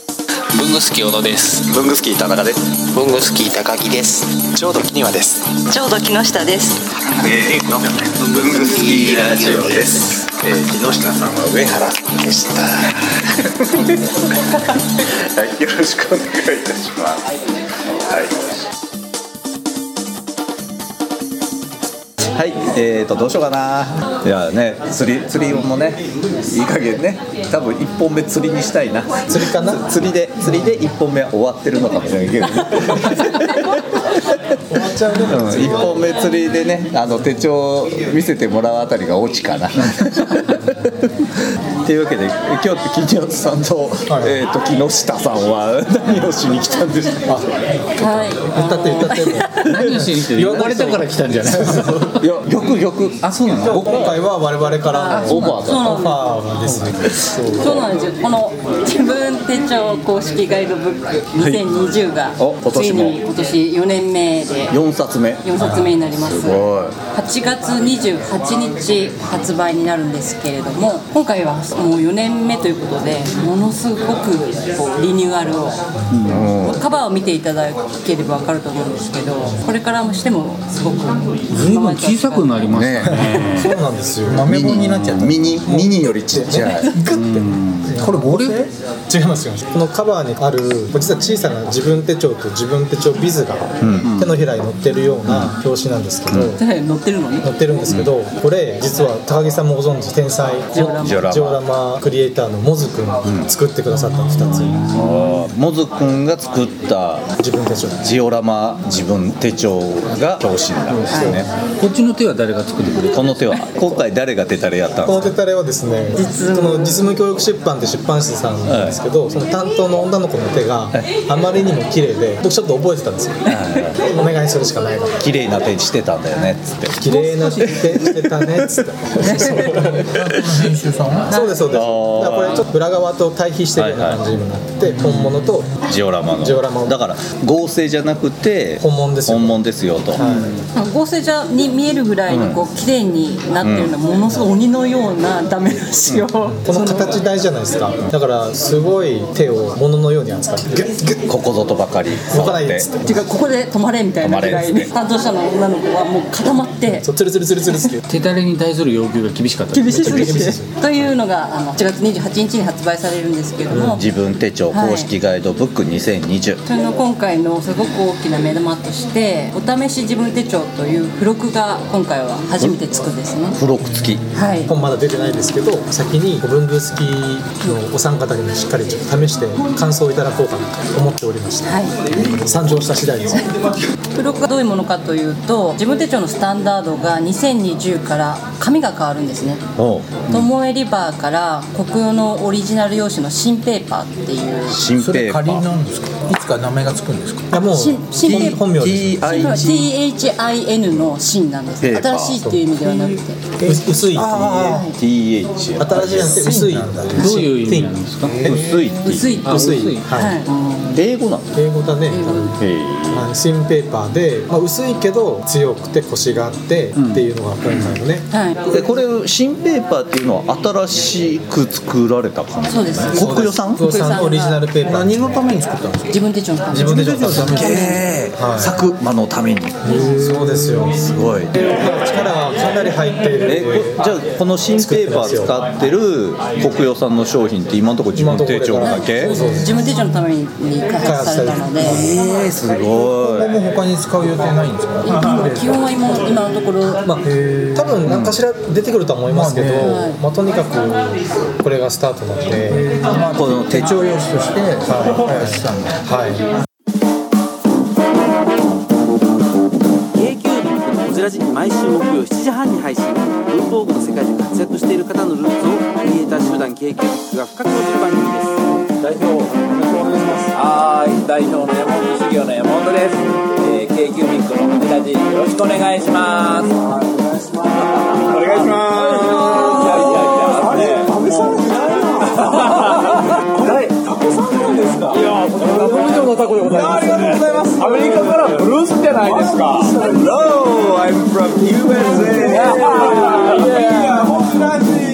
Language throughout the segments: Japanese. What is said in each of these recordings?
文具好き小野です文具スキー田中です文具好き高木ですちょうど木庭ですちょうど木下です。文具スキーラジオです、えー、木下さんは上原さんでしたはい、よろしくお願いいたしますはいはい、えーとどうしようかな。いやね、釣り釣りもね、いい加減ね。多分一本目釣りにしたいな。釣りかな？釣りで釣りで一本目は終わってるのかもしれないけど、ね。うん一本目釣りでね、あの手帳見せてもらうあたりがオチかな。というわけで、今日って金曜さんと、えーと木下さんは何をしに来たんですか。はい。歌って歌っても何をしに来て言われたから来たんじゃないいや、よくよく、あ、そうなの。今回は我々からオファーそうが。なオんファーですねそうなんですよ。この自分手帳公式ガイドブック2020がお今つい年もに今年4年目で四冊目。 4冊目になります。すごい。 8月28日発売になるんですけれども今回はもう4年目ということでものすごくこうリニューアルを、カバーを見ていただければ分かると思うんですけどこれからもしてもすごく随分小さくなりましね。たそうなんですよ豆ミニミニミニよりちっちゃい。これ合成違いますよこのカバーにある実は小さな自分手帳と自分手帳ビズが手のひらに載ってるような表紙なんですけど 乗ってるのね載ってるんですけどこれ実は高木さんもご存知天才ジオラマジオラマジオラマクリエイターのモズくん作ってくださった2つモズくんが作った自分手帳ジオラマ自分手帳が表紙になるんですよね。こっちの手は誰が作ってくれこの手は今回誰が手たれやったんこでの手タレはですね実務この実務協力出版って出版社さんなんですけど、その担当の女の子の手があまりにも綺麗で僕ちょっと覚えてたんですよ、お願いするしかないからすか。綺麗な手してたんだよねっつって。綺麗な手してたねっつってそうですそうですだからこれちょっと裏側と対比してるような感じになってて、本物とジオラマの。ジオラマだから合成じゃなくて本物ですよ本物ですよと。合成じゃに見えるぐらいにこう綺麗になってるのはものすごい鬼のようなダメ出しを、この形大事じゃないですかだからすごい手を物のように扱ってギュッギュッここぞとばかり動か触なっいでてっ。つってていうかここで止まれみたいなぐらい止まれっつって担当者の女の子はもう固まってそうツルツルツルツルって手だれに対する要求が厳しかった厳しすぎ厳しいですてというのがあの8月28日に発売されるんですけども、自分手帳公式ガイドブック2020。それの今回のすごく大きな目玉として「お試し自分手帳」という付録が今回は初めてつくんですね、付録付き。はい本まだ出てないですけど先に文具好きのお三方にもしっかりちょっと試して感想をいただこうかなと思っておりましてはい参上した次第です付録がどういうものかというと自分手帳のスタンダードが2020から紙が変わるんですねおうトモエリバーから国用のオリジナル用紙の新ペーパーっていう新ペーパー。なんですかいつか名前がつくんですかいやもう新新ペーパー本名です THIN の新なんですペーパー新しいっていう意味ではなくて薄薄いっていう TH。新しいじゃなくて薄いんだどういう意味なんですか薄いっていう。薄いあ薄い薄いはい英語なの。英語だね多分へえ。はい新ペーパーで、まあ、薄いけど強くてコシがあってっていうのが今回のね、はい、でこれ新ペーパーっていうのは新しく作られた感じそうです国予さん不動産のオリジナルペーパーのために作ったんですか自分手帳の紙自分でちょっとえーはい作間のためにすそうですよごいえ力がかなり入っているこじゃあこの新ペーパー使ってる国予さんの商品って今のところ自分手帳だけそうそう自分手帳のために開発されたのでえー、すごいも他に使う予定ないんですか基本は今今のところまあ、多分何かしら出てくるとは思いますけど、まあ、とにかくこれがスタートなので、この手帳用紙としてはこちらじ毎週木曜7時半に配信文房具の世界で活躍している方のルーツをクリエイター集団 KQ ビッグが深く落ちる番組です代表よろしくお願いしますはい代表の山本修行の山本です、えー、KQ ビッグのこちらじよろしくお願いしますお願いしますお願いしますいやいやいや食べされてないな食べされなんですかいやこれは以上のタコでございますありがとうございますアメリカからブルースじゃないですか Hello I'm from USA いや本当らしい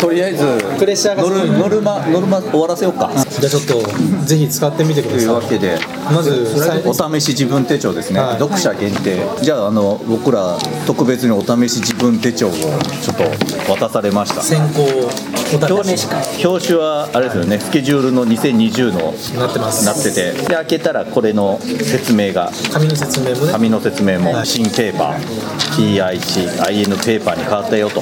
とりあえずプレッシャーがノすごいルノルマノルマ終わらせようかじゃあちょっとぜひ使ってみてくとだいうさわけでいまず最お試し自分手帳ですね、はい読者限定じゃああの僕ら特別にお試し自分手帳をちょっと渡されました先行お試し表紙はあれですよねスケジュールの2020のになってますなっててで開けたらこれの説明が紙の説明もね紙の説明はもい新ペーパー PICIN ペーパーに変わったよと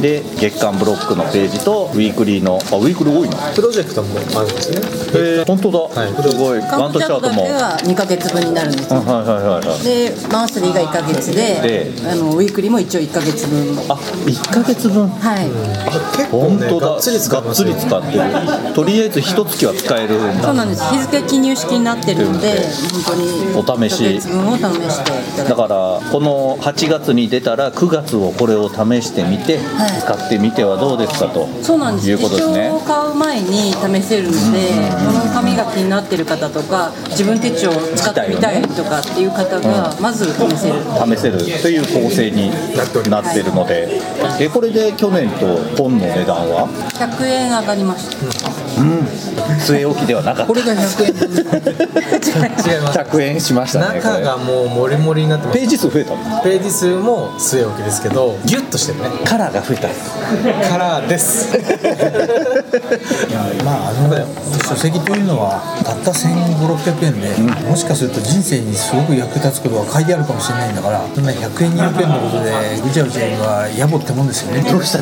で月間ブロックのページとウィークリーのあウィークリー多いなプロジェクトもあるんですねえー、本当だ、はいすごいカワウンントトチシャーャートだトもけは2ヶ月分になるんですうんよはいはいはいはいでマンスリーが1ヶ月でであのウィークリーも一応1ヶ月分あ一1か月分はい結構本ね当だ、がっつり使いがまっすつより使ってるとりあえず一月は使えるんそうだなんです日付記入式になってるので本当にお試し1ヶ月分を試していただいだてからこの8月に出たら9月をこれを試してみて、はい使ってみてはどうですかとそうなんですいうことです手帳をね買う前に試せるので、この紙が気になってる方とか自分手帳を使ってみたいとかっていう方がまず試せる、試せるという構成になってるのででこれで去年と本の値段は100円上がりました据え置きではなかっこれが100円違いますた100円しましたねこ中れがもうモリモリになってますページ数増えたのページ数も据え置きですけどギュッとしてるねカラーが増えたカラーですまああの書籍というのはたった1500600円で、もしかすると人生にすごく役立つことが書いてあるかもしれないんだからそんな100円200円のことでぐちゃぐちゃ言うのは野暮ってもんですよねどうした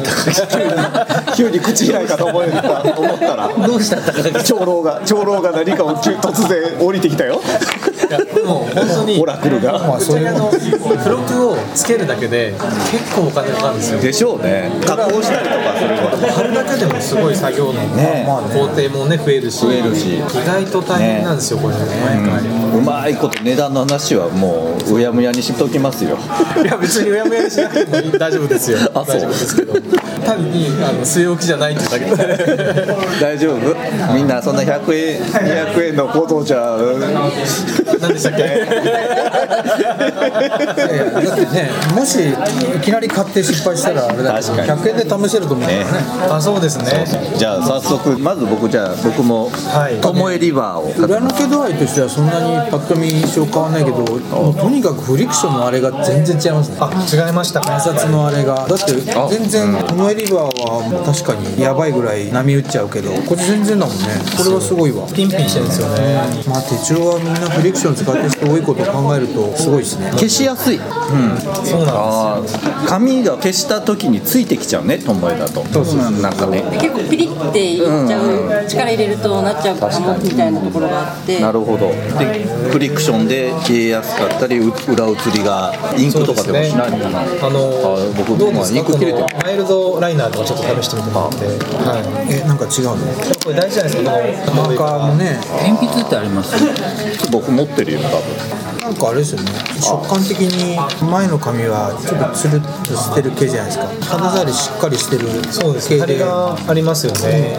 急に口開いたと思えた思ったらどうした高木長老が長老が何かを急突然降りてきたよもう本当にオラクルがまあそういうあの付録をつけるだけで結構お金かかるんですよでしょうね加工したりとかするから貼るだけでもすごい作業の、ねまあ工程もね増えるし増えるし意外と大変なんですよ、これ毎回、うまいこと値段の話はもううやむやにしときますよいや別にうやむやにしなくてもいい大丈夫ですよあそう大丈夫ですけど単にあの据え置きじゃないってだけで大丈夫みんなそんな100円200円のことじゃ何でしたっけいやだってねもしいきなり買って失敗したらあれだけど確かに100円で試せると思うからねあそうですねじゃあ早速まず僕じゃあ僕もはいともえリバーを裏抜け度合いとしてはそんなにパッと見印象変わんないけどもうとにかくフリクションのあれが全然違いますねあ違いました摩擦のあれがだって全然トムエリバーはもう確かにやばいぐらい波打っちゃうけどこっち全然だもんねこれはすごいわピンピンしてるんですよねまあ手帳はみんなフリクション使ってる人多いことを考えるとすごいですね消しやすいそうなんですああ紙が消した時についてきちゃうねともえだとそうそうなんかねで結構ピリっていっちゃう、力入れるとなっちゃうかもみたいなところがあってなるほどでフリクションで消えやすかったりう裏写りがインクとかでもしないのかな、あのあ僕どうですまあイかンクこ切れてのるマイルドライナーとかちょっと試してみてもらって、はい、えなんか違うねこれ大事じゃないですかこのマーカーもね鉛筆ってあります僕持ってるよ多分なんかあれですよね食感的に前の髪はちょっとつるっとしてる系じゃないですか肌触りしっかりしてるそうです系張りがありますよね、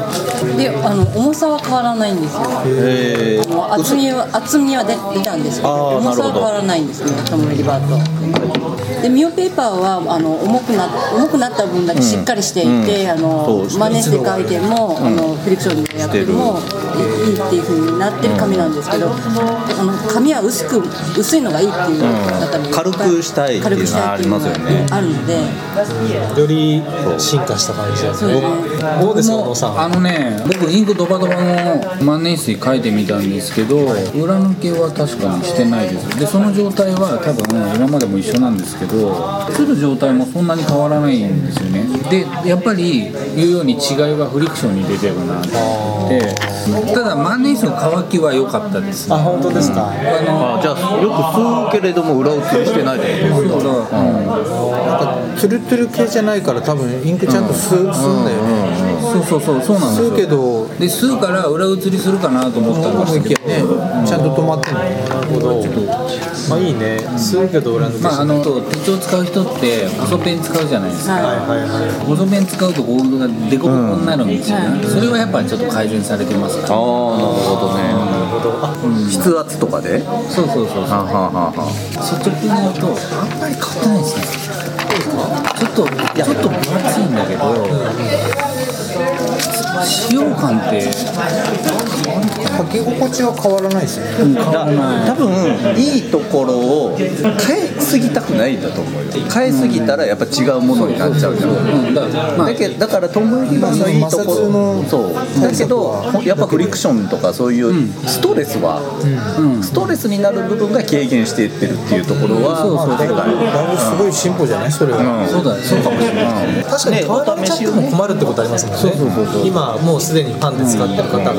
であの重さは変わらないんですよえあの厚みは厚みは出出たんですけどあー重さはなるほど変わらないんですねトム・リバーと。でミオペーパーはあの重くな重くなった分だけしっかりしていて、あのそう真似して書いても、あのフリクションでやってもいいいいっていう風になってる紙なんですけど、あの紙は薄く薄いのがいいっていう方もいっぱい軽くしたいっていうのは軽くしたっていうのがありますよねあるのでより進化した感じですそうでねすねどうですか小野さんあのね僕インクドバドバの万年筆書いてみたんですけど裏抜けは確かにしてないですでその状態は多分今までも一緒なんですけどする状態もそんなに変わらないんですよねでやっぱり言うように違いはフリクションに出てるなって思ってただ万年筆の乾きは良かったですねあ本当ですか、あのあじゃあよく吸うけれども裏写りしてないでなんかツルツル系じゃないから多分インクちゃんと吸う,、ん、吸うんだよね、そうそうそうそうなんですよ吸うけどで吸うから裏写りするかなと思ったんで思すいけきどやね、ちゃんと止まってんのねなるほどまあいいね吸うけど裏抜けしまあ、あの手帳使う人って細ペン使うじゃないですかはいははいは細ペン使うとゴールドがデコボコになるんですよね、それはやっぱりちょっと改善されてますから、ああなるほどね、筆圧とかではそうそうそうあそうはあはあはあ率直に言うとあんまり変わってないですねちょっとちょっと分厚いんだけど感って履き心地は変わらないですよね、だ多分いいところを変えすぎたくないんだと思うよ変えすぎたらやっぱ違うものになっちゃうじゃんだだけだからトム・リバーのいいところ摩そうだけどやっぱフリクションとかそういうストレスは、ストレスになる部分が軽減していってるっていうところは、まあでかいだいぶすごい進歩じゃないそれは、そうだねそうかもしれない確かに買われちゃっても困るってことありますもんね今もうすでにパンで使ってる方が違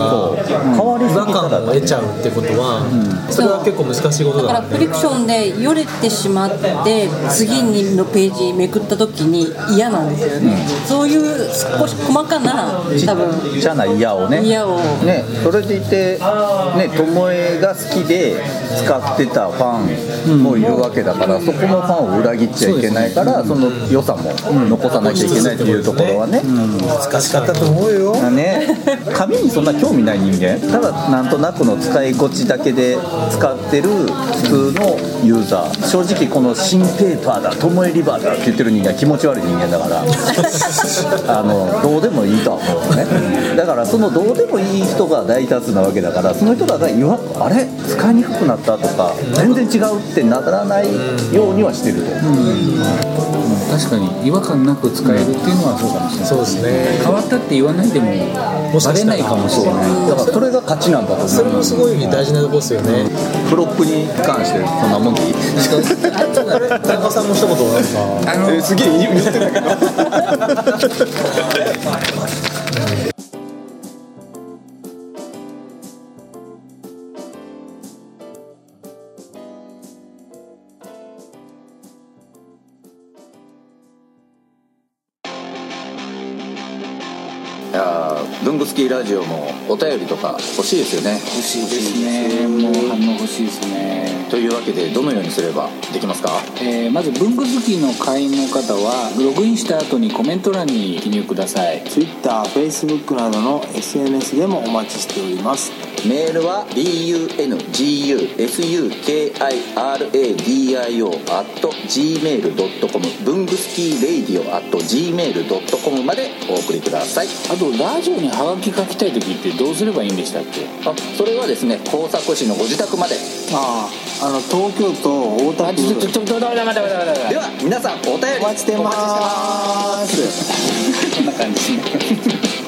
和感を得ちゃうってことはそれは結構難しいことだからだもんフねリクションでよれてしまって次のページめくった時に嫌なんですよね、そういう少し細かな多分ちっちゃな嫌をね嫌をねそれでいてね巴が好きで使ってたファンもいるわけだから、そこのファンを裏切っちゃいけないからそ,、の良さも残さなきゃいけないっていうところはね、難しかったと思うよね、紙にそんな興味ない人間ただなんとなくの使い心地だけで使ってる普通のユーザー正直この新ペーパーだトモエリバーだって言ってる人間は気持ち悪い人間だから あのどうでもいいとは思うのねだからそのどうでもいい人が大多数なわけだからその人らが違和あれ使いにくくなったとか全然違うってならないようにはしてると確かに違和感なく使えるっていうのはそうかもしれないそうですね変わったって言わないでももしバかレしたならいかもしれないだからそれが価値なんだとそれ思うもすごい大事なとこですよねフロップに関してそんなもんでいい田中さんも一言なんかあのすげえ言ってたけどいやー文具スキーラジオもお便りとか欲しいですよね欲しいですねもう反応欲しいですねというわけでどのようにすればできますかえーまず文具好きの会員の方はログインした後にコメント欄に記入ください TwitterFacebook などの SNS でもお待ちしておりますメールは bungusukkiradio.gmail.com 文具スキー radio.gmail.com までお送りくださいあとラジオにハガキ書きたい時ってどうすればいいんでしたっけあそれはですね工作士のご自宅まであああの東京都大田あ区ちょちょちょちょ待って待って待って待ってでは皆さんお便りお待ちしてますお待ちしてますこんな感じ